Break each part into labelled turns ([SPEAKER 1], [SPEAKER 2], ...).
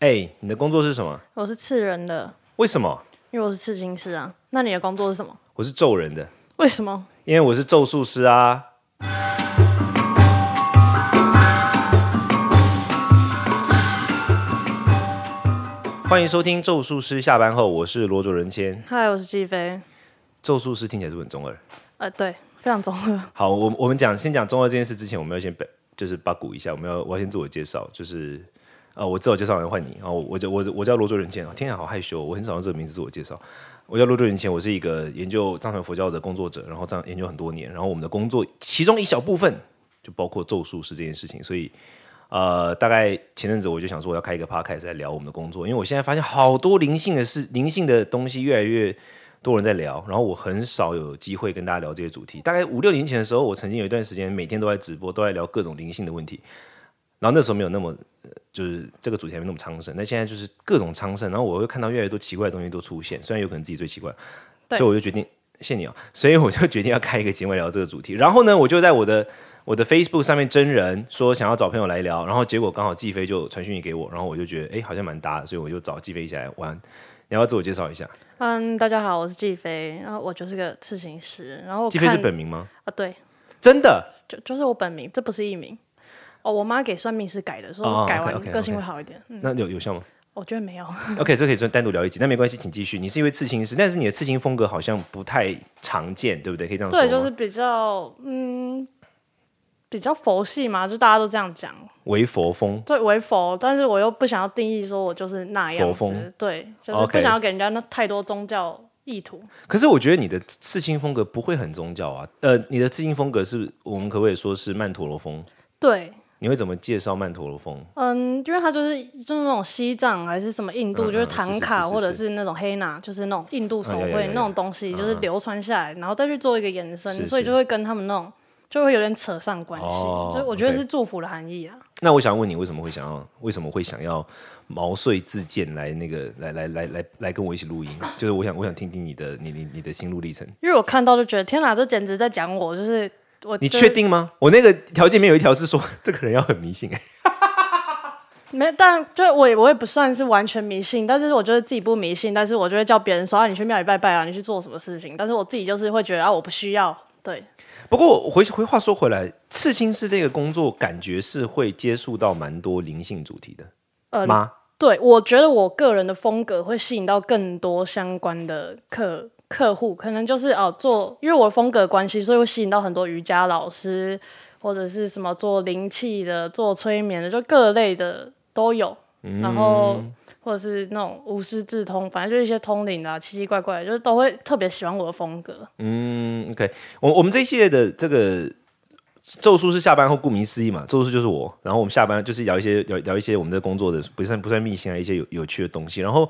[SPEAKER 1] 哎、你的工作是什么？
[SPEAKER 2] 我是刺人的，
[SPEAKER 1] 为什么？
[SPEAKER 2] 因为我是刺青师啊。那你的工作是什么？
[SPEAKER 1] 我是咒人的，
[SPEAKER 2] 为什么？
[SPEAKER 1] 因为我是咒术师啊。欢迎收听《咒术师下班后》，我是罗卓仁谦。
[SPEAKER 2] 嗨，我是季飞。
[SPEAKER 1] 咒术师听起来是不是很中二？
[SPEAKER 2] 呃，对，非常综合。
[SPEAKER 1] 好，我我们讲先讲中二这件事之前，我们要先本就是八股一下，我们要我要先自我介绍，就是呃，我自我介绍完换你啊，我我叫我我叫罗卓仁谦，哦天啊，好害羞，我很少用这个名字自我介绍。我叫罗卓仁谦，我是一个研究藏传佛教的工作者，然后这样研究很多年，然后我们的工作其中一小部分就包括咒术师这件事情，所以。呃，大概前阵子我就想说我要开一个 podcast 来聊我们的工作，因为我现在发现好多灵性的事、灵性的东西越来越多人在聊，然后我很少有机会跟大家聊这些主题。大概五六年前的时候，我曾经有一段时间每天都在直播，都在聊各种灵性的问题。然后那时候没有那么，呃就是这个主题还没那么昌盛。但现在就是各种昌盛，然后我会看到越来越多奇怪的东西都出现，虽然有可能自己最奇怪，
[SPEAKER 2] 对
[SPEAKER 1] 所以我就决定，谢谢你啊、所以我就决定要开一个节目来聊这个主题。然后呢，我就在我的我的 Facebook 上面真人说想要找朋友来聊，然后结果刚好季飞就传讯息给我，然后我就觉得哎好像蛮搭的，所以我就找季飞一起来玩。你要不要自我介绍一下？
[SPEAKER 2] 嗯，大家好，我是季飞，然后我就是个刺青师。然后我
[SPEAKER 1] 季飞是
[SPEAKER 2] 看
[SPEAKER 1] 本名吗？
[SPEAKER 2] 啊，对，
[SPEAKER 1] 真的？
[SPEAKER 2] 就就是我本名，这不是艺名。哦，我妈给算命师改的，
[SPEAKER 1] 哦
[SPEAKER 2] 说改完
[SPEAKER 1] OK，OK，OK
[SPEAKER 2] 个性会好一点。嗯，
[SPEAKER 1] 那有有效吗？
[SPEAKER 2] 我觉得没有。
[SPEAKER 1] OK，这可以专单独聊一集，那没关系，请继续。你是一位刺青师，但是你的刺青风格好像不太常见，对不对？可以这样说吗。
[SPEAKER 2] 对，就是比较嗯，比较佛系嘛，就大家都这样讲。
[SPEAKER 1] 为佛风。
[SPEAKER 2] 对，为佛，但是我又不想要定义说我就是那样
[SPEAKER 1] 佛风哦
[SPEAKER 2] 子，对，就是不
[SPEAKER 1] OK
[SPEAKER 2] 想要给人家那太多宗教意图。
[SPEAKER 1] 可是我觉得你的刺青风格不会很宗教啊，呃，你的刺青风格是我们可不可以说是曼陀罗风？
[SPEAKER 2] 对，
[SPEAKER 1] 你会怎么介绍曼陀罗风？
[SPEAKER 2] 嗯，因为它就是就是那种西藏还是什么印度，
[SPEAKER 1] 嗯
[SPEAKER 2] 就是
[SPEAKER 1] 嗯
[SPEAKER 2] 唐
[SPEAKER 1] 是是
[SPEAKER 2] 卡
[SPEAKER 1] 是是
[SPEAKER 2] 或者
[SPEAKER 1] 是
[SPEAKER 2] 是那种黑拿，就是那种印度手
[SPEAKER 1] 啊有有有
[SPEAKER 2] 绘
[SPEAKER 1] 有嗯
[SPEAKER 2] 那种东西，就是流传下来，然后再去做一个延伸
[SPEAKER 1] 是，
[SPEAKER 2] 所以
[SPEAKER 1] 是
[SPEAKER 2] 就会跟他们那种就会有点扯上关系，
[SPEAKER 1] 哦
[SPEAKER 2] 所以我觉得
[SPEAKER 1] OK
[SPEAKER 2] 是祝福的含义啊。
[SPEAKER 1] 那我想问你，为什么会想要，为什么会想要毛遂自荐来那个来来来来来跟我一起录音？就是我想我想听听你的你你你的心路历程。
[SPEAKER 2] 因为我看到就觉得天哪，这简直在讲我，就是我
[SPEAKER 1] 你
[SPEAKER 2] 就是
[SPEAKER 1] 确定吗？我那个条件里面有一条是说 这个人要很迷信、哎
[SPEAKER 2] 没，但就我也我也不算是完全迷信，但是我觉得自己不迷信，但是我就会叫别人说啊，你去庙里拜拜啊，你去做什么事情，但是我自己就是会觉得啊，我不需要，对，
[SPEAKER 1] 不过我回回话说回来，刺青师这个工作感觉是会接触到蛮多灵性主题的，
[SPEAKER 2] 呃，
[SPEAKER 1] 吗？
[SPEAKER 2] 对，我觉得我个人的风格会吸引到更多相关的客客户，可能就是哦做，因为我的风格的关系，所以会吸引到很多瑜伽老师或者是什么做灵气的、做催眠的，就各类的都有。然后或者是那种无师自通，反正就是一些通灵的、啊、奇奇怪怪的，就是都会特别喜欢我的风格。
[SPEAKER 1] 嗯，OK，我我们这一系列的这个咒术是下班后，顾名思义嘛，咒术就是我。然后我们下班就是聊一些聊聊一些我们的工作的，不算不算秘辛啊，一些有有趣的东西。然后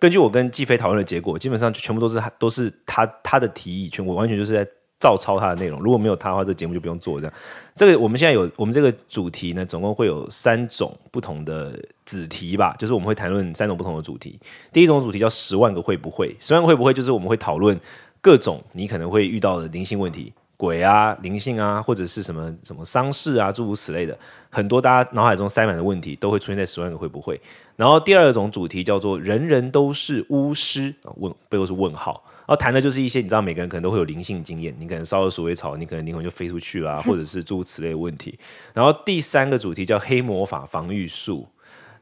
[SPEAKER 1] 根据我跟季飞讨论的结果，基本上就全部都是他都是他他的提议，全我完全就是在照抄他的内容。如果没有他的话，这个节目就不用做这样。这个我们现在有我们这个主题呢，总共会有三种不同的子题吧，就是我们会谈论三种不同的主题。第一种主题叫十万个会不会，十万个会不会就是我们会讨论各种你可能会遇到的灵性问题，鬼啊、灵性啊，或者是什么什么丧事啊，诸如此类的，很多大家脑海中塞满的问题都会出现在十万个会啊不会。然后第二种主题叫做人人都是巫师啊，问背后是问号。然后谈的就是一些你知道，每个人可能都会有灵性经验，你可能烧了鼠尾草，你可能灵魂就飞出去啦、或者是诸如此类的问题。然后第三个主题叫黑魔法防御术，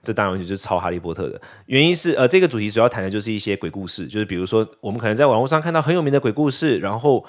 [SPEAKER 1] 这当然就是抄哈利波特的。原因是呃，这个主题主要谈的就是一些鬼故事，就是比如说我们可能在网络上看到很有名的鬼故事，然后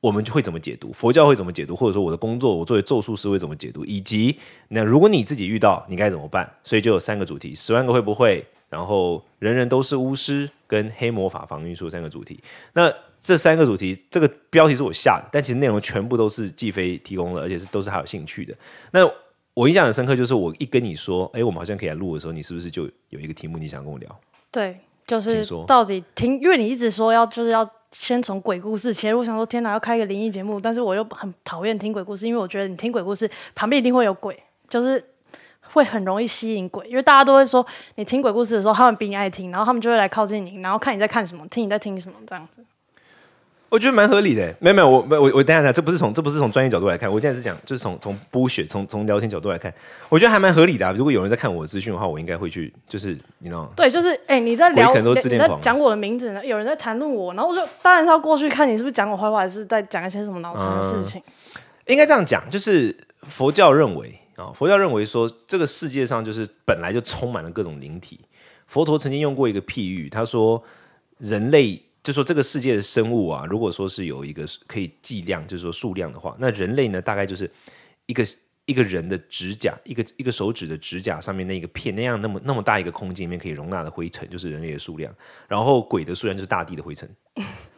[SPEAKER 1] 我们就会怎么解读，佛教会怎么解读，或者说我的工作，我作为咒术师会怎么解读，以及那如果你自己遇到，你该怎么办？所以就有三个主题：十万个会不会，然后人人都是巫师，跟黑魔法防御术三个主题。那这三个主题，这个标题是我下的，但其实内容全部都是季飞提供的，而且是都是他有兴趣的。那我印象很深刻，就是我一跟你说，哎、我们好像可以来录的时候，你是不是就有一个题目你想跟我聊？
[SPEAKER 2] 对，就
[SPEAKER 1] 请
[SPEAKER 2] 是
[SPEAKER 1] 说
[SPEAKER 2] 到底听，因为你一直说要就是要先从鬼故事切入，我想说天哪，要开一个灵异节目，但是我又很讨厌听鬼故事，因为我觉得你听鬼故事旁边一定会有鬼，就是。会很容易吸引鬼，因为大家都会说你听鬼故事的时候，他们比你爱听，然后他们就会来靠近你，然后看你在看什么，听你在听什么这样子。
[SPEAKER 1] 我觉得蛮合理的。没有没有，我没有我我等一下等一下，这不是从这不是从专业角度来看，我现在是讲就是从从剥削，从从聊天角度来看，我觉得还蛮合理的、啊。如果有人在看我的资讯的话，我应该会去，就是你知道吗，
[SPEAKER 2] 对，就是哎、你在聊，
[SPEAKER 1] 我也可能都
[SPEAKER 2] 你
[SPEAKER 1] 是自
[SPEAKER 2] 你
[SPEAKER 1] 恋
[SPEAKER 2] 在
[SPEAKER 1] 狂
[SPEAKER 2] 讲我的名字呢，有人在谈论我，然后我就当然是要过去看你是不是讲我坏话，还是在讲一些什么脑残的事
[SPEAKER 1] 嗯
[SPEAKER 2] 情。
[SPEAKER 1] 应该这样讲，就是佛教认为啊、佛教认为说这个世界上就是本来就充满了各种灵体。佛陀曾经用过一个譬喻，他说人类就说这个世界的生物啊，如果说是有一个可以计量，就是说数量的话，那人类呢大概就是一个一个人的指甲，一个一个手指的指甲上面那一个片那样那么那么大一个空间里面可以容纳的灰尘，就是人类的数量。然后鬼的数量就是大地的灰尘。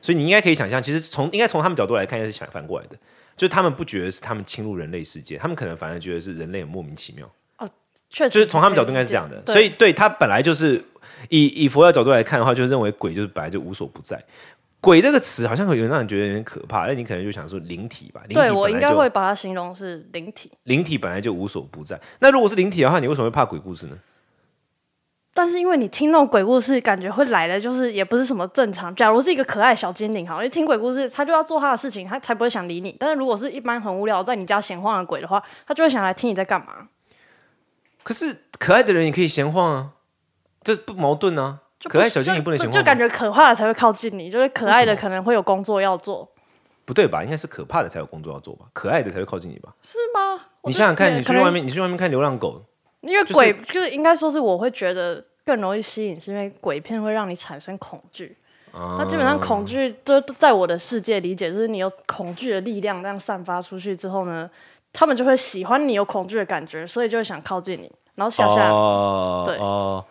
[SPEAKER 1] 所以你应该可以想象，其实从应该从他们角度来看，应该是想反过来的。就是他们不觉得是他们侵入人类世界，他们可能反而觉得是人类很莫名其妙。
[SPEAKER 2] 确实，
[SPEAKER 1] 就是从他们角度应该是这样的，所以对他本来就是以以佛教角度来看的话，就认为鬼就是本来就无所不在。鬼这个词好像有人让人觉得有点可怕，那你可能就想说灵体吧，灵体
[SPEAKER 2] 对我
[SPEAKER 1] 本
[SPEAKER 2] 应
[SPEAKER 1] 来
[SPEAKER 2] 该
[SPEAKER 1] 就
[SPEAKER 2] 会把它形容是灵体，
[SPEAKER 1] 灵体本来就无所不在。那如果是灵体的话，你为什么会怕鬼故事呢？
[SPEAKER 2] 但是因为你听那种鬼故事，感觉会来的就是也不是什么正常。假如是一个可爱的小精灵，好，因为听鬼故事，他就要做他的事情，他才不会想理你。但是如果是一般很无聊在你家闲晃的鬼的话，他就会想来听你在干嘛，
[SPEAKER 1] 可是可爱的人也可以闲晃啊，这不矛盾啊。
[SPEAKER 2] 就不
[SPEAKER 1] 可爱小精灵不能闲晃
[SPEAKER 2] 就
[SPEAKER 1] 啊吗
[SPEAKER 2] 就感觉可怕的才会靠近你，就是可爱的可能会有工作要做，
[SPEAKER 1] 不对吧？应该是可怕的才有工作要做吧，可爱的才会靠近你吧。
[SPEAKER 2] 是吗？
[SPEAKER 1] 你想想看，
[SPEAKER 2] 我
[SPEAKER 1] 你
[SPEAKER 2] 就
[SPEAKER 1] 去外，面，你去外面看流浪狗，
[SPEAKER 2] 可能因为
[SPEAKER 1] 就是
[SPEAKER 2] 鬼就是应该说是我会觉得更容易吸引，是因为鬼片会让你产生恐惧。
[SPEAKER 1] 啊哦
[SPEAKER 2] 那基本上恐惧，就在我的世界理解，就是你有恐惧的力量这样散发出去之后呢，他们就会喜欢你有恐惧的感觉，所以就会想靠近你，然后想想，
[SPEAKER 1] 哦
[SPEAKER 2] 啊对
[SPEAKER 1] 哦，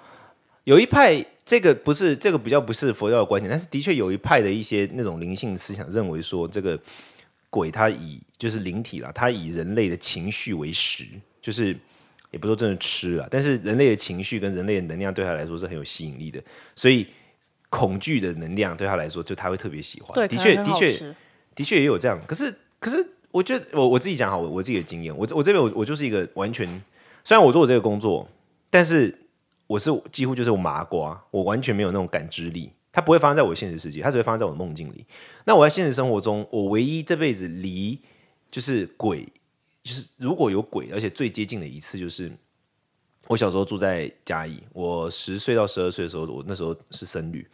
[SPEAKER 1] 有一派这个不是这个比较不是佛教的观点，但是的确有一派的一些那种灵性思想认为说，这个鬼它以就是灵体啦，它以人类的情绪为食，就是也不是说真的吃啦，但是人类的情绪跟人类的能量对他来说是很有吸引力的，所以恐惧的能量对他来说，就他会特别喜欢。
[SPEAKER 2] 对，
[SPEAKER 1] 的
[SPEAKER 2] 可能
[SPEAKER 1] 确，
[SPEAKER 2] 很
[SPEAKER 1] 的
[SPEAKER 2] 好
[SPEAKER 1] 确，
[SPEAKER 2] 吃
[SPEAKER 1] 的确也有这样，可是可是我觉得我我自己讲好我我自己的经验，我这我这边我我就是一个完全，虽然我做我这个工作，但是我是几乎就是我麻瓜，我完全没有那种感知力，它不会发生在我现实世界，它只会发生在我的梦境里。那我在现实生活中，我唯一这辈子离就是鬼，就是如果有鬼，而且最接近的一次就是。我小时候住在嘉义，我十岁到十二岁的时候，我那时候是僧侣，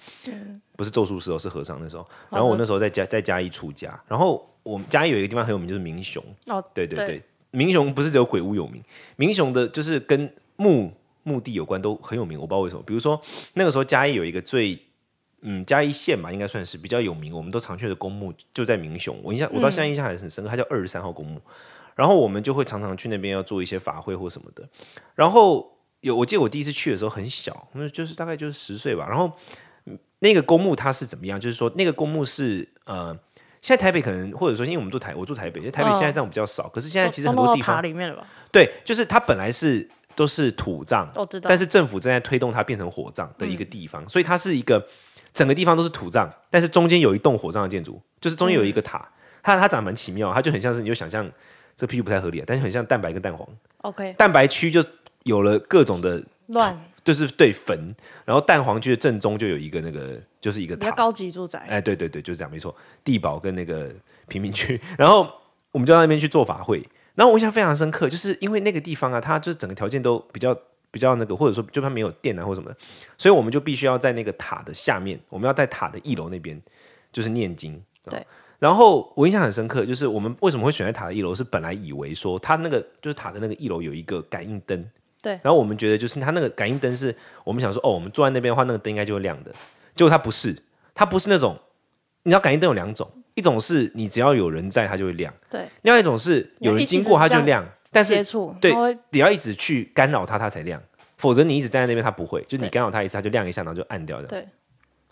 [SPEAKER 1] 不是咒术师哦，是和尚那时候。然后我那时候在嘉在嘉义出家，然后我们嘉义有一个地方很有名，就是明雄。
[SPEAKER 2] 哦，
[SPEAKER 1] 对对
[SPEAKER 2] 对
[SPEAKER 1] 对，明雄不是只有鬼屋有名，明雄的就是跟墓墓地有关都很有名，我不知道为什么。比如说那个时候嘉义有一个最嗯嘉义县嘛，应该算是比较有名，我们都常去的公墓就在明雄。我印象
[SPEAKER 2] 嗯
[SPEAKER 1] 我到现在印象还是很深刻，它叫二十三号公墓。然后我们就会常常去那边要做一些法会或什么的。然后有我记得我第一次去的时候很小，那就是大概就是十岁吧。然后嗯那个公墓它是怎么样？就是说那个公墓是呃。现在台北可能，或者说，因为我们住台，我住台北，因为台北
[SPEAKER 2] 嗯
[SPEAKER 1] 现在这样比较少。可是现在
[SPEAKER 2] 都
[SPEAKER 1] 其实
[SPEAKER 2] 都
[SPEAKER 1] 很多
[SPEAKER 2] 弄
[SPEAKER 1] 地
[SPEAKER 2] 到塔
[SPEAKER 1] 方，
[SPEAKER 2] 里面了吧？
[SPEAKER 1] 对，就是它本来是都是土葬，
[SPEAKER 2] 我知道
[SPEAKER 1] 但，是政府正在推动它变成火葬的一个地
[SPEAKER 2] 嗯
[SPEAKER 1] 方，所以它是一个整个地方都是土葬，但是中间有一栋火葬的建筑，就是中间有一个塔，
[SPEAKER 2] 嗯
[SPEAKER 1] 它它长得蛮奇妙，它就很像是你就想象这譬喻不太合理啊，但是很像蛋白跟蛋黄，
[SPEAKER 2] OK，
[SPEAKER 1] 蛋白区就有了各种的，
[SPEAKER 2] 乱
[SPEAKER 1] 就是对坟，然后蛋黄区的正中就有一个那个就是一个
[SPEAKER 2] 比较
[SPEAKER 1] 塔，
[SPEAKER 2] 高级住宅，
[SPEAKER 1] 哎，对对对，就是这样，没错。地堡跟那个贫民区，然后我们就到那边去做法会。然后我印象非常深刻，就是因为那个地方啊，它就是整个条件都比较比较那个，或者说就它没有电啊或什么的，所以我们就必须要在那个塔的下面，我们要在塔的一楼那边就是念经。
[SPEAKER 2] 对。
[SPEAKER 1] 然后我印象很深刻，就是我们为什么会选在塔的一楼，是本来以为说它那个就是塔的那个一楼有一个感应灯，
[SPEAKER 2] 对
[SPEAKER 1] 然后我们觉得就是它那个感应灯是我们想说哦，我们坐在那边的话，那个灯应该就会亮的，结果它不是，它不是那种，你知道感应灯有两种，一种是你只要有人在它就会亮，
[SPEAKER 2] 对，
[SPEAKER 1] 另外一种是有人经过它就亮，但
[SPEAKER 2] 接
[SPEAKER 1] 是
[SPEAKER 2] 触，
[SPEAKER 1] 对哦
[SPEAKER 2] 它会
[SPEAKER 1] 你要一直去干扰它，它才亮，否则你一直站在那边它不会，就你干扰它一次它就亮一下，然后就暗掉的。
[SPEAKER 2] 对，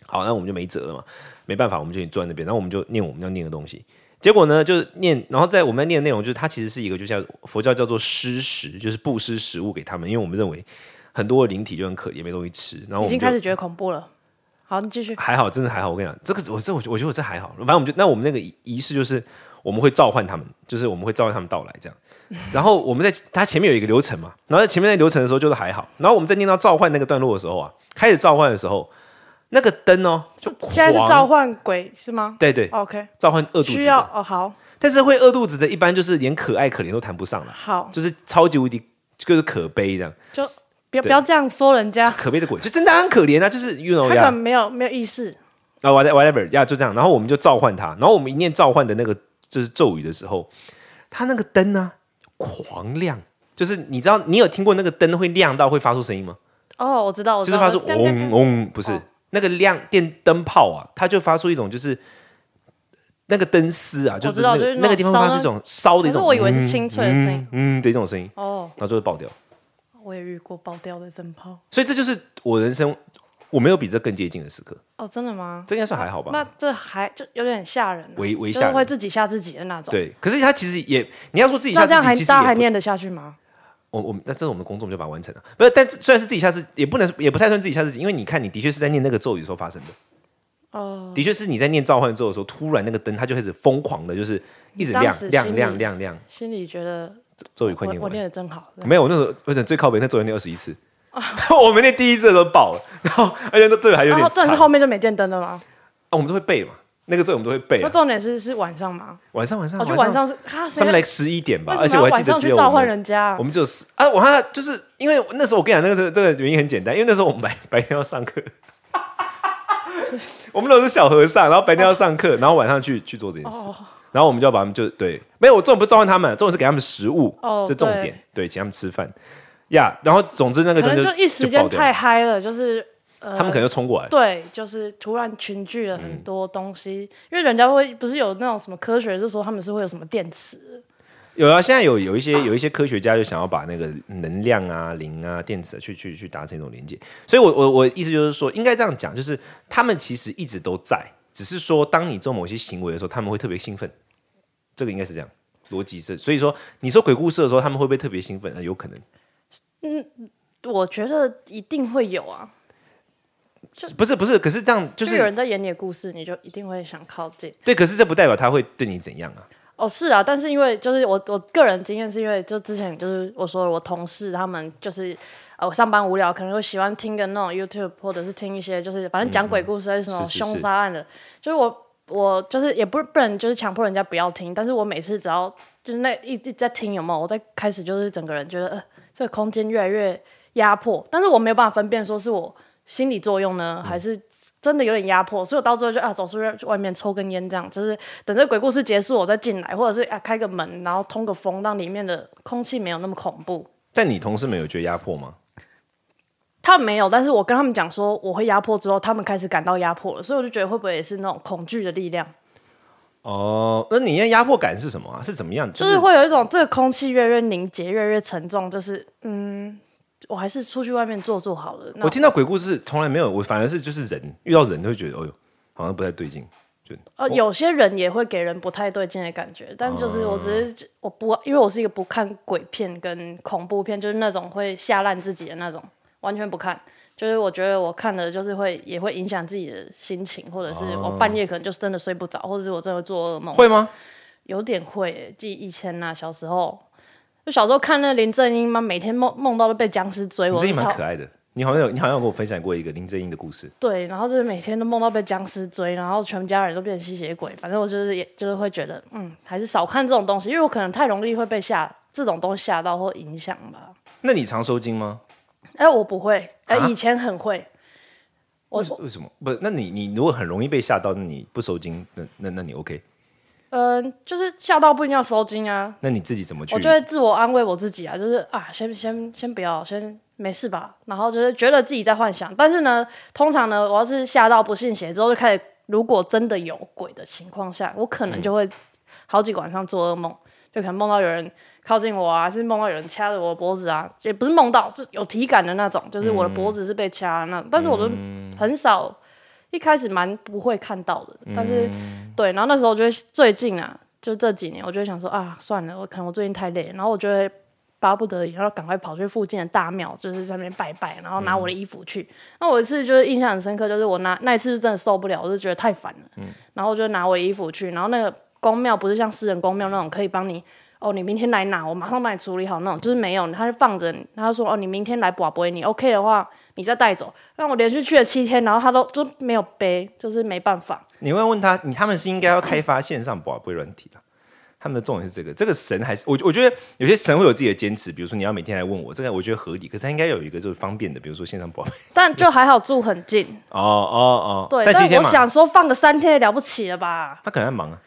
[SPEAKER 1] 好，那我们就没辙了嘛，没办法，我们就坐在那边，然后我们就念我们要念的东西。结果呢，就是念，然后在我们在念的内容，就是它其实是一个，就像佛教叫做施食，就是布施食物给他们，因为我们认为很多的灵体就很可怜，没东西吃，然后我们
[SPEAKER 2] 已经
[SPEAKER 1] 就哎
[SPEAKER 2] 开始觉得恐怖了。好，你 继续。
[SPEAKER 1] 还好，真的还好。我跟你讲，这个我这我我觉得我这还好。反正我们就那我们那个仪仪式就是我们会召唤他们，就是我们会召唤他们到来这 样。然后我们在它前面有一个流程嘛，然后在前面那个流程的时候就是还好。然后我们在念到召唤那个段落的时候啊，开始召唤的时候，那个灯哦，就
[SPEAKER 2] 现在是
[SPEAKER 1] 狂
[SPEAKER 2] 召唤鬼是吗
[SPEAKER 1] 对对，
[SPEAKER 2] ？OK，
[SPEAKER 1] 召唤饿肚子的
[SPEAKER 2] 需要哦，好
[SPEAKER 1] 但是会饿肚子的，一般就是连可爱可怜都谈不上了，
[SPEAKER 2] 好，
[SPEAKER 1] 就是超级无敌就是可悲这样，
[SPEAKER 2] 就不
[SPEAKER 1] 对
[SPEAKER 2] 要不要这样说 人家，
[SPEAKER 1] 可悲的鬼，就真的很可怜啊，就是 you
[SPEAKER 2] 啊他
[SPEAKER 1] know
[SPEAKER 2] 可
[SPEAKER 1] 呀
[SPEAKER 2] 能，没有没有意识，
[SPEAKER 1] 啊 whatever whatever 呀、就这样，然后我们就召唤他，然后我们一念召唤的那个就是咒语的时候，他那个灯呢、狂亮，就是你知道你有听过那个灯会亮到会发出声音吗？
[SPEAKER 2] 哦，我知道，我
[SPEAKER 1] 就
[SPEAKER 2] 知
[SPEAKER 1] 是
[SPEAKER 2] 道，
[SPEAKER 1] 发出
[SPEAKER 2] 干干
[SPEAKER 1] 嗡
[SPEAKER 2] 干
[SPEAKER 1] 嗡，不是、
[SPEAKER 2] 哦
[SPEAKER 1] 那个亮电灯泡啊，它就发出一种就是那个灯丝啊，就
[SPEAKER 2] 我
[SPEAKER 1] 是
[SPEAKER 2] 知道
[SPEAKER 1] 那个
[SPEAKER 2] 就是那种
[SPEAKER 1] 那个地方
[SPEAKER 2] 烧
[SPEAKER 1] 发
[SPEAKER 2] 的
[SPEAKER 1] 出一种烧的一
[SPEAKER 2] 可是
[SPEAKER 1] 种，
[SPEAKER 2] 我以为是清脆的声音
[SPEAKER 1] 嗯，嗯，对，这种声音，
[SPEAKER 2] 哦，
[SPEAKER 1] 然后就会爆掉。
[SPEAKER 2] 我也遇过爆掉的灯泡，
[SPEAKER 1] 所以这就是我人生我没有比这更接近的时刻，
[SPEAKER 2] 哦，真的吗？
[SPEAKER 1] 这应该算还好吧？
[SPEAKER 2] 那这还就有点吓人啊，
[SPEAKER 1] 微微
[SPEAKER 2] 就
[SPEAKER 1] 吓
[SPEAKER 2] 是
[SPEAKER 1] 人
[SPEAKER 2] 会自己吓自己的那种。，
[SPEAKER 1] 对，可是他其实也，你要说自己
[SPEAKER 2] 那
[SPEAKER 1] 吓
[SPEAKER 2] 这样
[SPEAKER 1] 自
[SPEAKER 2] 还
[SPEAKER 1] 己，其实
[SPEAKER 2] 大家还
[SPEAKER 1] 也不
[SPEAKER 2] 念得下去吗？
[SPEAKER 1] 我我们那这是我们的工作，我们就把它完成了。不是，但虽然是自己吓自，也不能也不太算自己吓自己，因为你看，你的确是在念那个咒语的时候发生的。
[SPEAKER 2] 哦，
[SPEAKER 1] 的确是你在念召唤咒的时候，突然那个灯它就开始疯狂的，就是一直
[SPEAKER 2] 你当
[SPEAKER 1] 亮
[SPEAKER 2] 时
[SPEAKER 1] 亮
[SPEAKER 2] 心里
[SPEAKER 1] 亮亮亮。
[SPEAKER 2] 心里觉得
[SPEAKER 1] 咒语
[SPEAKER 2] 我
[SPEAKER 1] 快念
[SPEAKER 2] 我
[SPEAKER 1] 完了，
[SPEAKER 2] 念的真好，
[SPEAKER 1] 没有，我那时候我想最靠北，那咒语念二十一次， 我们念第一次的时候爆了，然后而且那咒语还有
[SPEAKER 2] 然
[SPEAKER 1] 点
[SPEAKER 2] 后重
[SPEAKER 1] 长，
[SPEAKER 2] 点是
[SPEAKER 1] 啊，
[SPEAKER 2] 后面就没电灯了吗？
[SPEAKER 1] 我们都会背嘛，那个咒语我们都会背
[SPEAKER 2] 那
[SPEAKER 1] 啊，
[SPEAKER 2] 重点是是晚上吗？
[SPEAKER 1] 晚上晚上
[SPEAKER 2] 哦，就晚
[SPEAKER 1] 上，
[SPEAKER 2] 上是啊，
[SPEAKER 1] 上
[SPEAKER 2] 谁
[SPEAKER 1] 面
[SPEAKER 2] 要
[SPEAKER 1] 来十一点吧，而
[SPEAKER 2] 为
[SPEAKER 1] 且
[SPEAKER 2] 什
[SPEAKER 1] 我
[SPEAKER 2] 么
[SPEAKER 1] 还
[SPEAKER 2] 要
[SPEAKER 1] 记
[SPEAKER 2] 晚
[SPEAKER 1] 得
[SPEAKER 2] 上
[SPEAKER 1] 只
[SPEAKER 2] 去
[SPEAKER 1] 有
[SPEAKER 2] 召
[SPEAKER 1] 我
[SPEAKER 2] 唤
[SPEAKER 1] 们。
[SPEAKER 2] 人家啊
[SPEAKER 1] 我？们就是啊，我看就是因为那时候我跟你讲，那个是这个原因很简单，因为那时候我们白白天要上课， 我们都是小和尚，然后白天要上课，然后晚上去去做这件事，
[SPEAKER 2] 哦
[SPEAKER 1] 然后我们就要把他们就对，没有，我重点不是召唤他们，重点是给他们食物，
[SPEAKER 2] 哦
[SPEAKER 1] 这重点，对，请他们吃饭呀。然后总之那个
[SPEAKER 2] 可
[SPEAKER 1] 灯
[SPEAKER 2] 能
[SPEAKER 1] 就
[SPEAKER 2] 就一时
[SPEAKER 1] 爆掉
[SPEAKER 2] 间太嗨了，就是呃，
[SPEAKER 1] 他们可能就冲过来，
[SPEAKER 2] 对，就是突然群聚了
[SPEAKER 1] 嗯
[SPEAKER 2] 很多东西，因为人家会不是有那种什么科学是说他们是会有什么电池，
[SPEAKER 1] 有啊，现在有有一些有一些科学家就想要把那个能量啊、零啊、电子啊去去去达成一种连接，所以我我我意思就是说，应该这样讲，就是他们其实一直都在，只是说当你做某些行为的时候，他们会特别兴奋，这个应该是这样逻辑是，所以说你说鬼故事的时候，他们会不会特别兴奋？呃有可能，
[SPEAKER 2] 我觉得一定会有啊。
[SPEAKER 1] 不是不是，可是这样就
[SPEAKER 2] 有人
[SPEAKER 1] 是
[SPEAKER 2] 在演你的故事，你就一定会想靠近。
[SPEAKER 1] 对，可是这不代表他会对你怎样啊，
[SPEAKER 2] 哦，是啊，但是因为就是我我个人经验是因为就之前就是我说我同事他们就是呃我上班无聊，可能会喜欢听个那种 YouTube 或者是听一些就是反正讲鬼故事还是什么
[SPEAKER 1] 嗯是是是
[SPEAKER 2] 凶杀案的，就是我我就是也不不能就是强迫人家不要听，但是我每次只要就是那一一直在听有没有，我在开始就是整个人觉得呃这个空间越来越压迫，但是我没有办法分辨说是我心理作用呢，
[SPEAKER 1] 嗯
[SPEAKER 2] 还是真的有点压迫，所以我到最后就啊走出去外面抽根烟，这样就是等这个鬼故事结束我再进来，或者是啊开个门，然后通个风，让里面的空气没有那么恐怖。
[SPEAKER 1] 但你同事们有觉得压迫吗？
[SPEAKER 2] 他们没有，但是我跟他们讲说我会压迫之后，他们开始感到压迫了，所以我就觉得会不会也是那种恐惧的力量，
[SPEAKER 1] 哦，那你的压迫感是什么啊？是怎么样？
[SPEAKER 2] 就是会有一种这个空气越来越凝结，越来越沉重，就是嗯，我还是出去外面坐坐好了。那
[SPEAKER 1] 我听到鬼故事从来没有，我反而是就是人遇到人就会觉得，哦呦，好像不太对劲。
[SPEAKER 2] 呃，有些人也会给人不太对劲的感觉，但就是我
[SPEAKER 1] 哦
[SPEAKER 2] 只是我不，因为我是一个不看鬼片跟恐怖片，就是那种会吓烂自己的那种，完全不看。就是我觉得我看了就是会也会影响自己的心情，或者是我半夜可能就是真的睡不着，或者是我真的会做噩梦，
[SPEAKER 1] 哦会吗？
[SPEAKER 2] 有点会、欸。记以前呐、小时候就小时候看那林正英嘛，每天梦梦到都被僵尸追，
[SPEAKER 1] 林
[SPEAKER 2] 我
[SPEAKER 1] 正英
[SPEAKER 2] 就
[SPEAKER 1] 蛮
[SPEAKER 2] 超
[SPEAKER 1] 可爱的，你好像有，你好像有跟我分享过一个林正英的故事。
[SPEAKER 2] 对，然后就是每天都梦到被僵尸追，然后全家人都变成吸血鬼。反正我就是也就是会觉得，嗯，还是少看这种东西，因为我可能太容易会被吓这种东西吓到或影响吧。
[SPEAKER 1] 那你常收金吗？
[SPEAKER 2] 哎、我不会，哎、
[SPEAKER 1] 啊
[SPEAKER 2] 以前很会。我
[SPEAKER 1] 为什么？不，那你你如果很容易被吓到，那你不收金，那那那你 OK？
[SPEAKER 2] 嗯、就是吓到不一定要收金啊，
[SPEAKER 1] 那你自己怎么去？
[SPEAKER 2] 我就会自我安慰我自己啊，就是啊，先先先不要，先没事吧。然后就是觉得自己在幻想，但是呢，通常呢，我要是吓到不信邪之后，就开始如果真的有鬼的情况下，我可
[SPEAKER 1] 嗯
[SPEAKER 2] 能就会好几个晚上做噩梦，就可能梦到有人靠近我啊，是梦到有人掐着我的脖子啊，也不是梦到，是有体感的那种，就是我的脖
[SPEAKER 1] 嗯
[SPEAKER 2] 子是被掐的那种，但是我都很少。一开始蛮不会看到的，但
[SPEAKER 1] 嗯
[SPEAKER 2] 是、对，然后那时候我就会最近啊，就这几年，我就会想说啊，算了，我可能我最近太累了，然后我就会巴不得已，然后赶快跑去附近的大庙，就是在那边拜拜，然后拿我的衣服去。那我一次就是印象很深刻，就是我拿那一次是真的受不了，我就觉得太烦了，然后我就拿我的衣服去，然后那个公庙不是像私人公庙那种可以帮你。哦，你明天来拿，我马上帮你处理好那种，就是没有，他就放着你，他就说哦，你明天来把杯，你 OK 的话，你再带走。但我连续去了七天，然后他都就没有背，就是没办法。
[SPEAKER 1] 你会问他，你他们是应该要开发线上宝贵软体啊？他们的重点是这个，这个神还是我我觉得有些神会有自己的坚持，比如说你要每天来问我，这个我觉得合理，可是他应该有一个就是方便的，比如说线上宝贝。
[SPEAKER 2] 但就还好住很近，
[SPEAKER 1] 哦哦哦，
[SPEAKER 2] 对。
[SPEAKER 1] 但
[SPEAKER 2] 但
[SPEAKER 1] 今天
[SPEAKER 2] 我
[SPEAKER 1] 嘛，
[SPEAKER 2] 想说放个三天也了不起了吧？
[SPEAKER 1] 他可能在忙啊，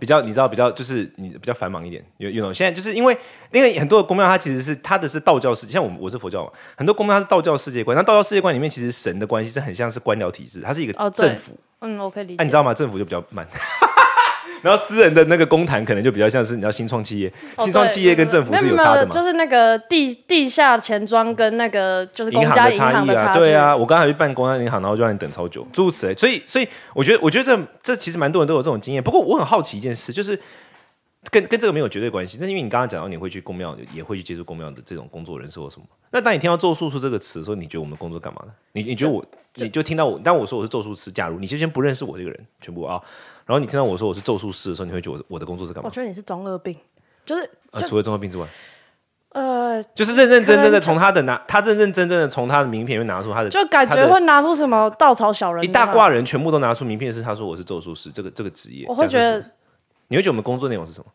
[SPEAKER 1] 比较你知道，比较就是你比较繁忙一点，有有种现在就是因为因为很多的公庙，它其实是它的是道教世界，像我们我是佛教嘛，很多公庙它是道教世界观，那道教世界观里面其实神的关系是很像是官僚体制，它是一个
[SPEAKER 2] 哦对
[SPEAKER 1] 政府，
[SPEAKER 2] 嗯，我可以理
[SPEAKER 1] 哎、
[SPEAKER 2] 解。
[SPEAKER 1] 你知道吗？政府就比较慢。 然后私人的那个公坛可能就比较像是你知道新创企业，
[SPEAKER 2] 哦
[SPEAKER 1] 新创
[SPEAKER 2] 对
[SPEAKER 1] 企业跟政府
[SPEAKER 2] 没
[SPEAKER 1] 是
[SPEAKER 2] 有
[SPEAKER 1] 有
[SPEAKER 2] 没
[SPEAKER 1] 差
[SPEAKER 2] 有，
[SPEAKER 1] 的
[SPEAKER 2] 就
[SPEAKER 1] 嘛？
[SPEAKER 2] 是那个地地下钱庄跟那个就是公
[SPEAKER 1] 银行
[SPEAKER 2] 家
[SPEAKER 1] 的
[SPEAKER 2] 银行
[SPEAKER 1] 异
[SPEAKER 2] 的
[SPEAKER 1] 啊，
[SPEAKER 2] 差距，
[SPEAKER 1] 对啊，我刚才去办公安银行，然后就让你等超久，诸如此类。所以，所以我觉得，我觉得这这其实蛮多人都有这种经验。不过我很好奇一件事，就是跟跟这个没有绝对关系，但是因为你刚刚讲到你会去公庙，也会去接触公庙的这种工作人士或什么。那当你听到咒术师这个词的时候，你觉得我们的工作干嘛呢？你你觉得我，你就听到我，当我说我是咒术师，假如你就先不认识我这个人全部啊，然后你听到我说我是咒术师的时候，你会觉得我我的工作是干
[SPEAKER 2] 我
[SPEAKER 1] 嘛？
[SPEAKER 2] 觉得你是中二病，就是
[SPEAKER 1] 呃，除了中二病之外，
[SPEAKER 2] 呃，
[SPEAKER 1] 就是认认真真
[SPEAKER 2] 可能
[SPEAKER 1] 的从他的拿，他认认真真的从他的名片里面拿出他的，
[SPEAKER 2] 就感
[SPEAKER 1] 他的
[SPEAKER 2] 觉会拿出什么稻草小人
[SPEAKER 1] 一
[SPEAKER 2] 那
[SPEAKER 1] 大
[SPEAKER 2] 样，
[SPEAKER 1] 挂人全部都拿出名片，是他说我是咒术师这个这个职业，
[SPEAKER 2] 我会觉
[SPEAKER 1] 假设
[SPEAKER 2] 得
[SPEAKER 1] 是，你会觉得我们工作内容是什么？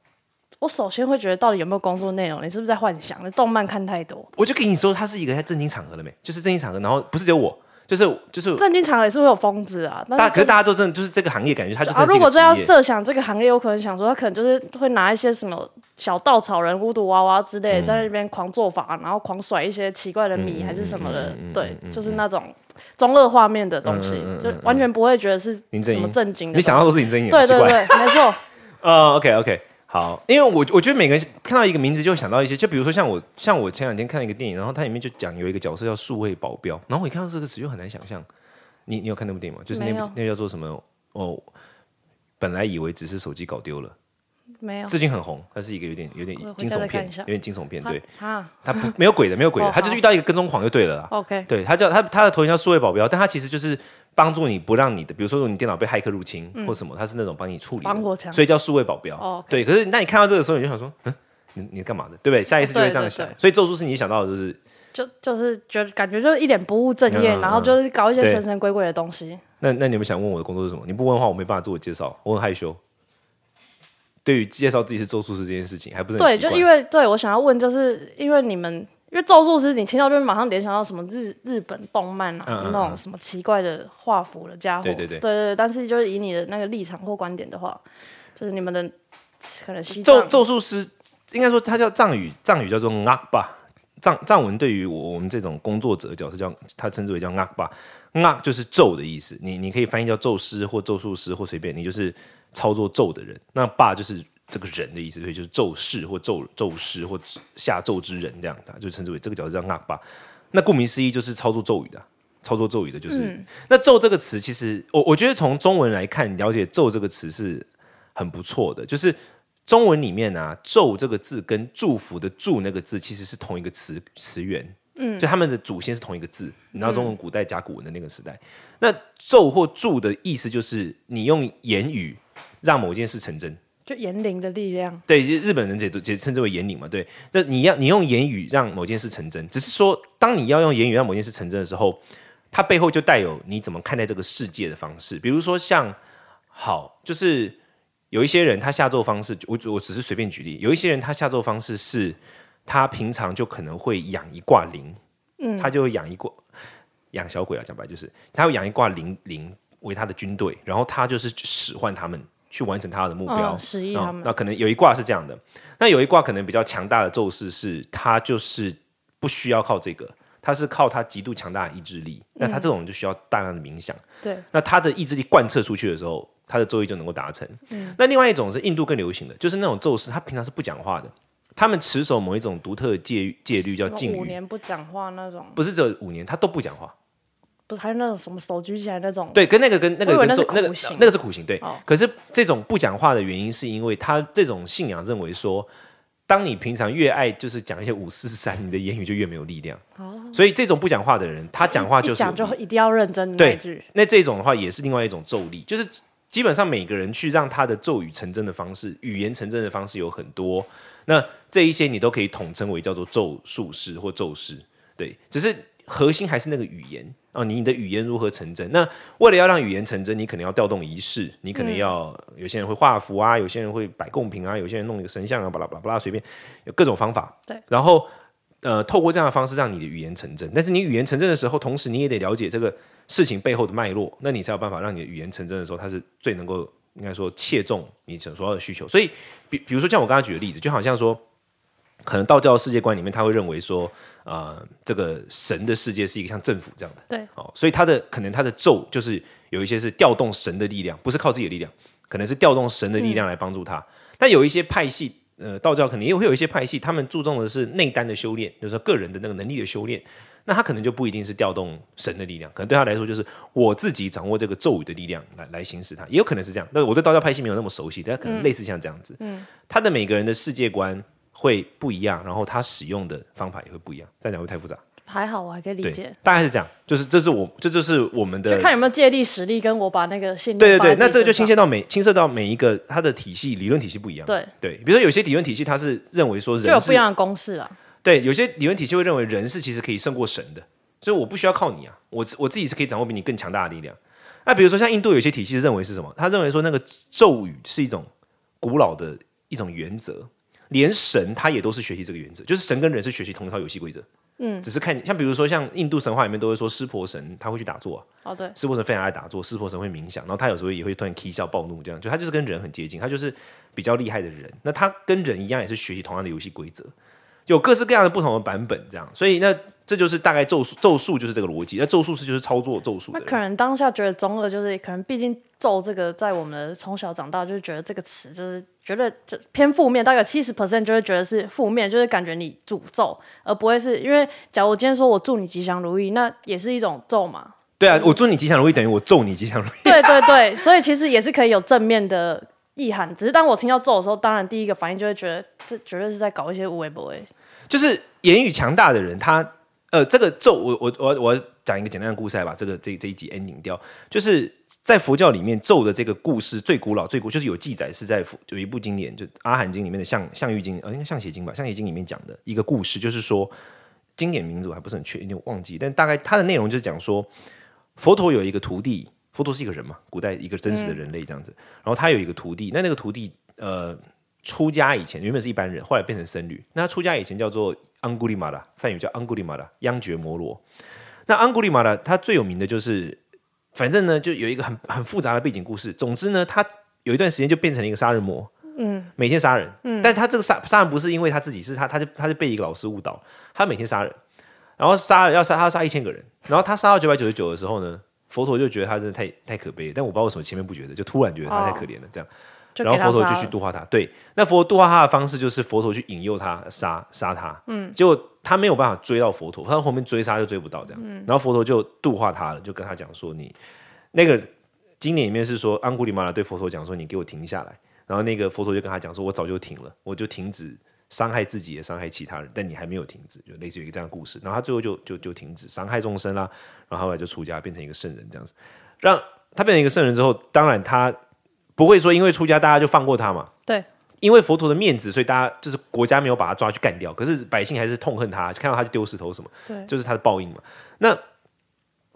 [SPEAKER 2] 我首先会觉得到底有没有工作内容？你是不是在幻想？你动漫看太多，
[SPEAKER 1] 我就跟你说，他是一个在正经场合了没？就是正经场合，然后不是只有我，就是就是
[SPEAKER 2] 正经场合也是会有疯子啊。但
[SPEAKER 1] 大，可
[SPEAKER 2] 就是
[SPEAKER 1] 大家都真的就是这个行业，感觉他就真
[SPEAKER 2] 啊，
[SPEAKER 1] 的是
[SPEAKER 2] 如
[SPEAKER 1] 一
[SPEAKER 2] 果
[SPEAKER 1] 个
[SPEAKER 2] 这要
[SPEAKER 1] 职业。
[SPEAKER 2] 设想这个行业，有可能想说他可能就是会拿一些什么小稻草人、巫毒娃娃之类，
[SPEAKER 1] 嗯
[SPEAKER 2] 在那边狂做法，然后狂甩一些奇怪的米还是什么
[SPEAKER 1] 嗯
[SPEAKER 2] 的，对，就是那种中二画面的东西，就完全不会觉得是
[SPEAKER 1] 嗯林正
[SPEAKER 2] 什
[SPEAKER 1] 英
[SPEAKER 2] 么正经的
[SPEAKER 1] 你
[SPEAKER 2] 东西。
[SPEAKER 1] 想到都是林正英，
[SPEAKER 2] 对
[SPEAKER 1] 奇
[SPEAKER 2] 对
[SPEAKER 1] 怪。
[SPEAKER 2] 对，没错，
[SPEAKER 1] 呃，OK OK，好，因为我我觉得每个人看到一个名字就会想到一些，就比如说像我像我前两天看一个电影，然后它里面就讲有一个角色叫数位保镖，然后我一看到这个词就很难想象。你你有看那部电影吗？就是那
[SPEAKER 2] 没
[SPEAKER 1] 部
[SPEAKER 2] 有
[SPEAKER 1] 那个叫做什么哦？本来以为只是手机搞丢了，
[SPEAKER 2] 没有
[SPEAKER 1] 最近很红，它是一个有点有点
[SPEAKER 2] 嗯我回
[SPEAKER 1] 惊
[SPEAKER 2] 家
[SPEAKER 1] 悚
[SPEAKER 2] 再看
[SPEAKER 1] 片
[SPEAKER 2] 一，下
[SPEAKER 1] 有点惊悚片，对，
[SPEAKER 2] 啊
[SPEAKER 1] 它不没有鬼的，没有鬼的，
[SPEAKER 2] 哦
[SPEAKER 1] 它就是
[SPEAKER 2] 好哦
[SPEAKER 1] 遇到一个跟踪狂就对了啦。
[SPEAKER 2] ，OK，
[SPEAKER 1] 对他叫他他的头衔叫数位保镖，但他其实就是帮助你不让你的，比如说如果你电脑被骇客入侵或什么，他是那种帮你处理的
[SPEAKER 2] 嗯防火墙
[SPEAKER 1] 所以叫数位保镖。
[SPEAKER 2] 哦，OK
[SPEAKER 1] 对，可是那你看到这个时候，你就想说，嗯，你你干嘛的，对不对？下意识就会这样想。
[SPEAKER 2] 哦对对
[SPEAKER 1] 所以咒术是你想到的就是，
[SPEAKER 2] 就就是觉得感觉就是一脸不务正业，
[SPEAKER 1] 嗯嗯嗯
[SPEAKER 2] 然后就是搞一些
[SPEAKER 1] 对
[SPEAKER 2] 神神鬼鬼的东西。
[SPEAKER 1] 那那你们想问我的工作是什么？你不问的话，我没办法自我介绍，我很害羞。对于介绍自己是咒术师这件事情，还不是很
[SPEAKER 2] 对，
[SPEAKER 1] 习
[SPEAKER 2] 就
[SPEAKER 1] 惯。
[SPEAKER 2] 因为对我想要问，就是因为你们，因为咒术师，你听到就马上联想到什么日日本动漫啊，
[SPEAKER 1] 嗯嗯嗯
[SPEAKER 2] 那种什么奇怪的画符的家伙，
[SPEAKER 1] 对对对
[SPEAKER 2] 对但是就是以你的那个立场或观点的话，就是你们的可能西
[SPEAKER 1] 咒
[SPEAKER 2] 藏
[SPEAKER 1] 咒术师应该说他叫藏语，藏语叫做 n a b a 藏藏文对于我我们这种工作者的角色叫，他称之为叫 n a b a n a 就是咒的意思，你你可以翻译叫咒师或咒术师或随便，你就是操作咒的人。那霸就是这个人的意思，所以就是咒士或咒咒师或下咒之人这样的，就称之为这个角色叫 n a b a 那顾名思义就是操作咒语的啊、操作咒语的就是、那咒这个词，其实我我觉得从中文来看，了解咒这个词是很不错的，就是中文里面啊，“咒”这个字跟“祝福”的“祝”那个字其实是同一个词词源，嗯，就他们的祖先是同一个字。你知道中文古代甲骨文的那个时代，那“咒”或“祝”的意思就是你用言语让某件事成真。
[SPEAKER 2] 就言灵的力量，
[SPEAKER 1] 对，就日本人解读解称之为言领嘛，对。那你要你用言语让某件事成真，只是说当你要用言语让某件事成真的时候，它背后就带有你怎么看待这个世界的方式。比如说像好，就是有一些人他下咒方式，我我只是随便举例，有一些人他下咒方式是他平常就可能会养一挂铃，嗯，他就会养一挂养小鬼啊，讲白就是他会养一挂铃铃为他的军队，然后他就是使唤他们。去完成他的目标，
[SPEAKER 2] 嗯，十亿
[SPEAKER 1] 啊，
[SPEAKER 2] 他们，
[SPEAKER 1] 那可能有一卦是这样的，那有一卦可能比较强大的咒士是，他就是不需要靠这个，他是靠他极度强大的意志力。那他这种就需要大量的冥想。
[SPEAKER 2] 嗯对，
[SPEAKER 1] 那他的意志力贯彻出去的时候，他的咒语就能够达成。
[SPEAKER 2] 嗯
[SPEAKER 1] 那另外一种是印度更流行的，就是那种咒士，他平常是不讲话的，他们持守某一种独特的戒戒律叫
[SPEAKER 2] 什
[SPEAKER 1] 禁
[SPEAKER 2] 么五
[SPEAKER 1] 语，
[SPEAKER 2] 年不讲话那种，
[SPEAKER 1] 不是只有五年，他都不讲话。
[SPEAKER 2] 不是还有那种什么手举起来那种，
[SPEAKER 1] 对，跟那个跟那个
[SPEAKER 2] 我以
[SPEAKER 1] 跟
[SPEAKER 2] 为那是
[SPEAKER 1] 咒那个
[SPEAKER 2] 苦行
[SPEAKER 1] 那个是苦行，对。
[SPEAKER 2] 哦
[SPEAKER 1] 可是这种不讲话的原因，是因为他这种信仰认为说，当你平常越爱就是讲一些五四三，你的言语就越没有力量。所以这种不讲话的人，他讲话
[SPEAKER 2] 哦一
[SPEAKER 1] 就是有
[SPEAKER 2] 讲
[SPEAKER 1] 力
[SPEAKER 2] 就一定要认真的那
[SPEAKER 1] 对
[SPEAKER 2] 一句，
[SPEAKER 1] 那这种的话也是另外一种咒力，就是基本上每个人去让他的咒语成真的方式，语言成真的方式有很多。那这一些你都可以统称为叫做咒术师或咒师，对，只是核心还是那个语言哦，你的语言如何成真？那为了要让语言成真，你可能要调动仪式，你可能要、有些人会画符啊，有些人会摆贡品啊，有些人弄一个神像啊，巴拉巴拉巴拉，随便有各种方法。
[SPEAKER 2] 对，
[SPEAKER 1] 然后呃，透过这样的方式让你的语言成真，但是你语言成真的时候，同时你也得了解这个事情背后的脉络，那你才有办法让你的语言成真的时候，它是最能够应该说切中你所要的需求。所以，比比如说像我刚刚举的例子，就好像说，可能道教的世界观里面，他会认为说，呃，这个神的世界是一个像政府这样的，
[SPEAKER 2] 对，
[SPEAKER 1] 哦，所以他的可能他的咒就是有一些是调动神的力量，不是靠自己的力量，可能是调动神的力量来帮助他。但有一些派系，呃，道教可能也会有一些派系，他们注重的是内丹的修炼，就是说个人的那个能力的修炼。那他可能就不一定是调动神的力量，可能对他来说就是我自己掌握这个咒语的力量来来行使它，也有可能是这样。但是我对道教派系没有那么熟悉，但可能类似像这样子，嗯，他的每个人的世界观会不一样，然后他使用的方法也会不一样。这样讲会不会太复杂，
[SPEAKER 2] 还好我还可以理
[SPEAKER 1] 对
[SPEAKER 2] 解，，
[SPEAKER 1] 大概是这样，就是这是我这就是我们的
[SPEAKER 2] 就看有没有借力使力，跟我把那个信念
[SPEAKER 1] 对对对，
[SPEAKER 2] 放在
[SPEAKER 1] 那这
[SPEAKER 2] 自
[SPEAKER 1] 个
[SPEAKER 2] 己
[SPEAKER 1] 就
[SPEAKER 2] 身
[SPEAKER 1] 牵涉到每牵涉到每一个它的体系理论体系不一样。
[SPEAKER 2] 对
[SPEAKER 1] 对，比如说有些理论体系它是认为说
[SPEAKER 2] 上就有
[SPEAKER 1] 人
[SPEAKER 2] 不
[SPEAKER 1] 是
[SPEAKER 2] 一样的公式啦。
[SPEAKER 1] 对，有些理论体系会认为人是其实可以胜过神的，所以我不需要靠你啊，我自我自己是可以掌握比你更强大的力量。那比如说像印度有些体系认为是什么？他认为说那个咒语是一种古老的一种原则，连神他也都是学习这个原则，就是神跟人是学习同一套游戏规则。嗯，只是看像比如说像印度神话里面都会说湿婆神他会去打坐啊、
[SPEAKER 2] 哦，对，
[SPEAKER 1] 湿婆神非常爱打坐，湿婆神会冥想，然后他有时候也会突然 k 笑暴怒，这样就他就是跟人很接近，他就是比较厉害的人。那他跟人一样，也是学习同样的游戏规则，有各式各样的不同的版本，这样。所以那这就是大概咒术，咒术就是这个逻辑。那咒术师就是操作咒术
[SPEAKER 2] 那
[SPEAKER 1] 的
[SPEAKER 2] 可
[SPEAKER 1] 人，
[SPEAKER 2] 能当下觉得中二，就是可能毕竟咒这个在我们的从小长大，就是觉得这个词就是觉得就偏负面，大概七十 percent 就会觉得是负面，就是感觉你诅咒，而不会是因为假如我今天说我祝你吉祥如意，那也是一种咒嘛。
[SPEAKER 1] 对啊，我祝你吉祥如意等于我咒你吉祥如意。
[SPEAKER 2] 对对对，所以其实也是可以有正面的意涵，只是当我听到咒的时候，当然第一个反应就会觉得这绝对是在搞一些无为不为。
[SPEAKER 1] 就是言语强大的人，他呃，这个咒，我我我我讲一个简单的故事来把这个这这一集 ending 掉，就是在佛教里面咒的这个故事最古老最古，就是有记载是在佛有一部经典，就《阿含经》里面的象象喻经，呃，应该象邪经吧，象邪经里面讲的一个故事，就是说经典名字我还不是很确定，我忘记，但大概它的内容就是讲说，佛陀有一个徒弟，佛陀是一个人嘛，古代一个真实的人类这样子，然后他有一个徒弟，那那个徒弟呃出家以前原本是一般人，后来变成僧侣。那他出家以前叫做安古利玛拉，梵语叫安古利玛拉，央觉摩罗。那安古利玛拉他最有名的就是，反正呢就有一个很很复杂的背景故事。总之呢，他有一段时间就变成了一个杀人魔，嗯，每天杀人，嗯，但是他这个杀杀人不是因为他自己，是他他就他就被一个老师误导，他每天杀人，然后杀了要杀他要杀一千个人，然后他杀到九百九十九的时候呢。佛陀就觉得他真的太太可悲了，但我不知道为什么前面不觉得，就突然觉得他太可怜了，这样。
[SPEAKER 2] 就
[SPEAKER 1] 然
[SPEAKER 2] 给
[SPEAKER 1] 后
[SPEAKER 2] 他
[SPEAKER 1] 佛陀
[SPEAKER 2] 杀
[SPEAKER 1] 就去
[SPEAKER 2] 了，
[SPEAKER 1] 度化他。对，那佛陀度化他的方式就是佛陀去引诱他杀杀他，嗯，结果他没有办法追到佛陀，他后面追杀就追不到这样，
[SPEAKER 2] 嗯
[SPEAKER 1] 然后佛陀就度化他了，就跟他讲说你那个经典里面是说安古里马拉对佛陀讲说你给我停下来，然后那个佛陀就跟他讲说我早就停了，我就停止。伤害自己也伤害其他人，但你还没有停止，就类似于一个这样的故事。然后他最后就就就停止伤害众生啦，然后后来就出家变成一个圣人这样子。让他变成一个圣人之后，当然他不会说因为出家大家就放过他嘛。
[SPEAKER 2] 对，
[SPEAKER 1] 因为佛陀的面子，所以大家就是国家没有把他抓去干掉，可是百姓还是痛恨他，看到他就丢石头什么，
[SPEAKER 2] 对
[SPEAKER 1] 就是他的报应嘛。那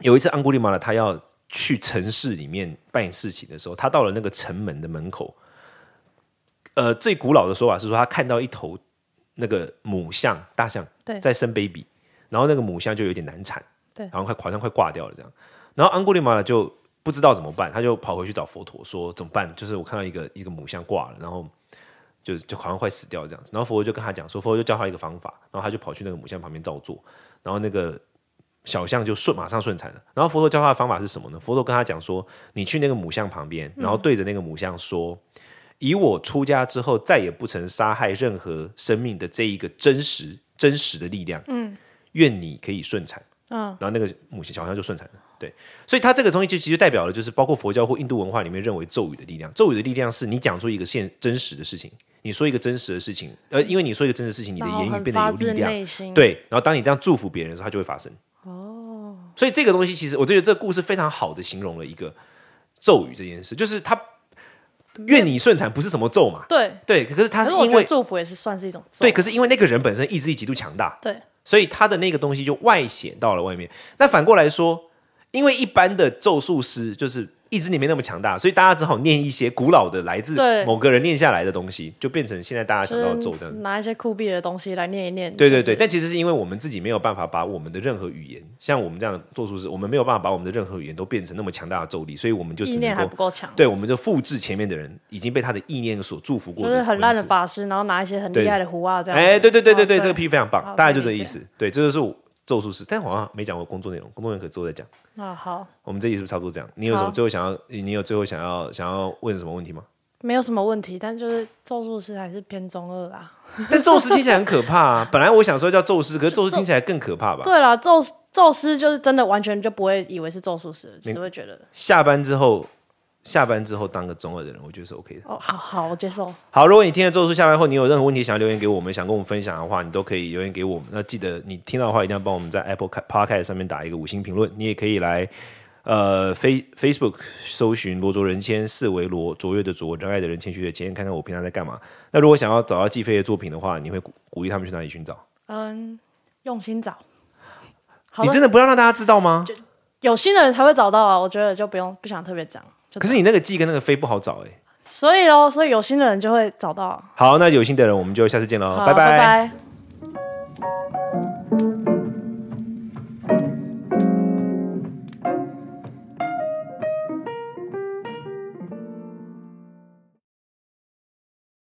[SPEAKER 1] 有一次安古利玛拉他要去城市里面办事情的时候，他到了那个城门的门口，呃，最古老的说法是说他看到一头那个母象大象
[SPEAKER 2] 对
[SPEAKER 1] 在生 baby，然后那个母象就有点难产，
[SPEAKER 2] 对
[SPEAKER 1] 然后快好像快挂掉了这样，然后安古利玛拉就不知道怎么办，他就跑回去找佛陀说怎么办？就是我看到一个一个母象挂了，然后。就就好像快死掉这样子，然后佛陀就跟他讲说，佛陀就教他一个方法，然后他就跑去那个母象旁边照做，然后那个小象就顺马上顺产了。然后佛陀教他的方法是什么呢？佛陀跟他讲说，你去那个母象旁边，然后对着那个母象说：“以我出家之后再也不曾杀害任何生命的这一个真实真实的力量，嗯，愿你可以顺产。”嗯，然后那个母小象就顺产了。对，所以它这个东西就其实代表了，就是包括佛教或印度文化里面认为咒语的力量。咒语的力量是你讲出一个现真实的事情，你说一个真实的事情，呃，因为你说一个真实的事情，你的
[SPEAKER 2] 然后
[SPEAKER 1] 言语
[SPEAKER 2] 很
[SPEAKER 1] 变得
[SPEAKER 2] 发
[SPEAKER 1] 有
[SPEAKER 2] 自
[SPEAKER 1] 力量，
[SPEAKER 2] 内心，
[SPEAKER 1] 对，然后当你这样祝福别人的时候，它就会发生。哦，所以这个东西其实，我就觉得这个故事非常好的形容了一个咒语这件事，就是它愿你顺产不是什么咒嘛？
[SPEAKER 2] 对，
[SPEAKER 1] 对，可是他
[SPEAKER 2] 可
[SPEAKER 1] 是
[SPEAKER 2] 是我
[SPEAKER 1] 因
[SPEAKER 2] 觉得
[SPEAKER 1] 为
[SPEAKER 2] 祝福也是算是一种咒
[SPEAKER 1] 对，可是因为那个人本身意志力极度强大，
[SPEAKER 2] 对
[SPEAKER 1] 所以他的那个东西就外显到了外面。那反过来说，因为一般的咒术师就是意志力没那么强大，所以大家只好念一些古老的来自
[SPEAKER 2] 对
[SPEAKER 1] 某个人念下来的东西，就变成现在大家
[SPEAKER 2] 就
[SPEAKER 1] 想到的咒这
[SPEAKER 2] 是
[SPEAKER 1] 样。
[SPEAKER 2] 拿一些酷毙的东西来念一念，
[SPEAKER 1] 对
[SPEAKER 2] 就
[SPEAKER 1] 对
[SPEAKER 2] 是
[SPEAKER 1] 对，但其实是因为我们自己没有办法把我们的任何语言，像我们这样的咒术师，我们没有办法把我们的任何语言都变成那么强大的咒力，所以我们就
[SPEAKER 2] 意
[SPEAKER 1] 只
[SPEAKER 2] 念
[SPEAKER 1] 能
[SPEAKER 2] 还
[SPEAKER 1] 够
[SPEAKER 2] 不够强，
[SPEAKER 1] 对，我们就复制前面的人已经被他的意念所祝福过
[SPEAKER 2] 就
[SPEAKER 1] 的，
[SPEAKER 2] 是很烂的法师，然后拿一些很厉害的胡啊这样子，
[SPEAKER 1] 哎，对对对对对，
[SPEAKER 2] 哦
[SPEAKER 1] 这个 P 非常棒，
[SPEAKER 2] 好
[SPEAKER 1] 大概就
[SPEAKER 2] 可以
[SPEAKER 1] 这个
[SPEAKER 2] 理
[SPEAKER 1] 意
[SPEAKER 2] 解
[SPEAKER 1] 思。对，这就是我咒术师，但好像没讲过工作内容，工作内容可以之后再讲。
[SPEAKER 2] 啊好，
[SPEAKER 1] 我们这集是不是差不多这样？你有什么
[SPEAKER 2] 好
[SPEAKER 1] 最后想要？你有最后想要想要问什么问题吗？
[SPEAKER 2] 没有什么问题，但就是咒术师还是偏中二啊啦。
[SPEAKER 1] 但宙斯听起来很可怕啊！本来我想说叫宙斯，可是宙斯听起来更可怕吧？
[SPEAKER 2] 对啦，咒咒师就是真的完全就不会以为是咒术师，
[SPEAKER 1] 你
[SPEAKER 2] 只会觉得
[SPEAKER 1] 下班之后，下班之后当个中二的人，我觉得是 OK 的。
[SPEAKER 2] 哦好好我接受，
[SPEAKER 1] 好，如果你听了《咒术》下班后，你有任何问题想要留言给我们，想跟我们分享的话，你都可以留言给我们。那记得你听到的话，一定要帮我们在 Apple Ca- Podcast 上面打一个五星评论。你也可以来呃，Face Facebook 搜寻“罗卓人谦”，四维罗卓越的卓，仁爱的人，谦虚的谦，看看我平常在干嘛。那如果想要找到季飞的作品的话，你会鼓鼓励他们去哪里寻找？
[SPEAKER 2] 嗯，用心找，好
[SPEAKER 1] 你
[SPEAKER 2] 了
[SPEAKER 1] 真，的不要让大家知道吗？
[SPEAKER 2] 有心的人才会找到啊，我觉得就不用不想特别讲，就
[SPEAKER 1] 可是你那个季跟那个飞不好找哎、
[SPEAKER 2] 所以咯，所以有心的人就会找到啊，
[SPEAKER 1] 好，那有心的人我们就下次见喽，
[SPEAKER 2] 好
[SPEAKER 1] 拜
[SPEAKER 2] 拜拜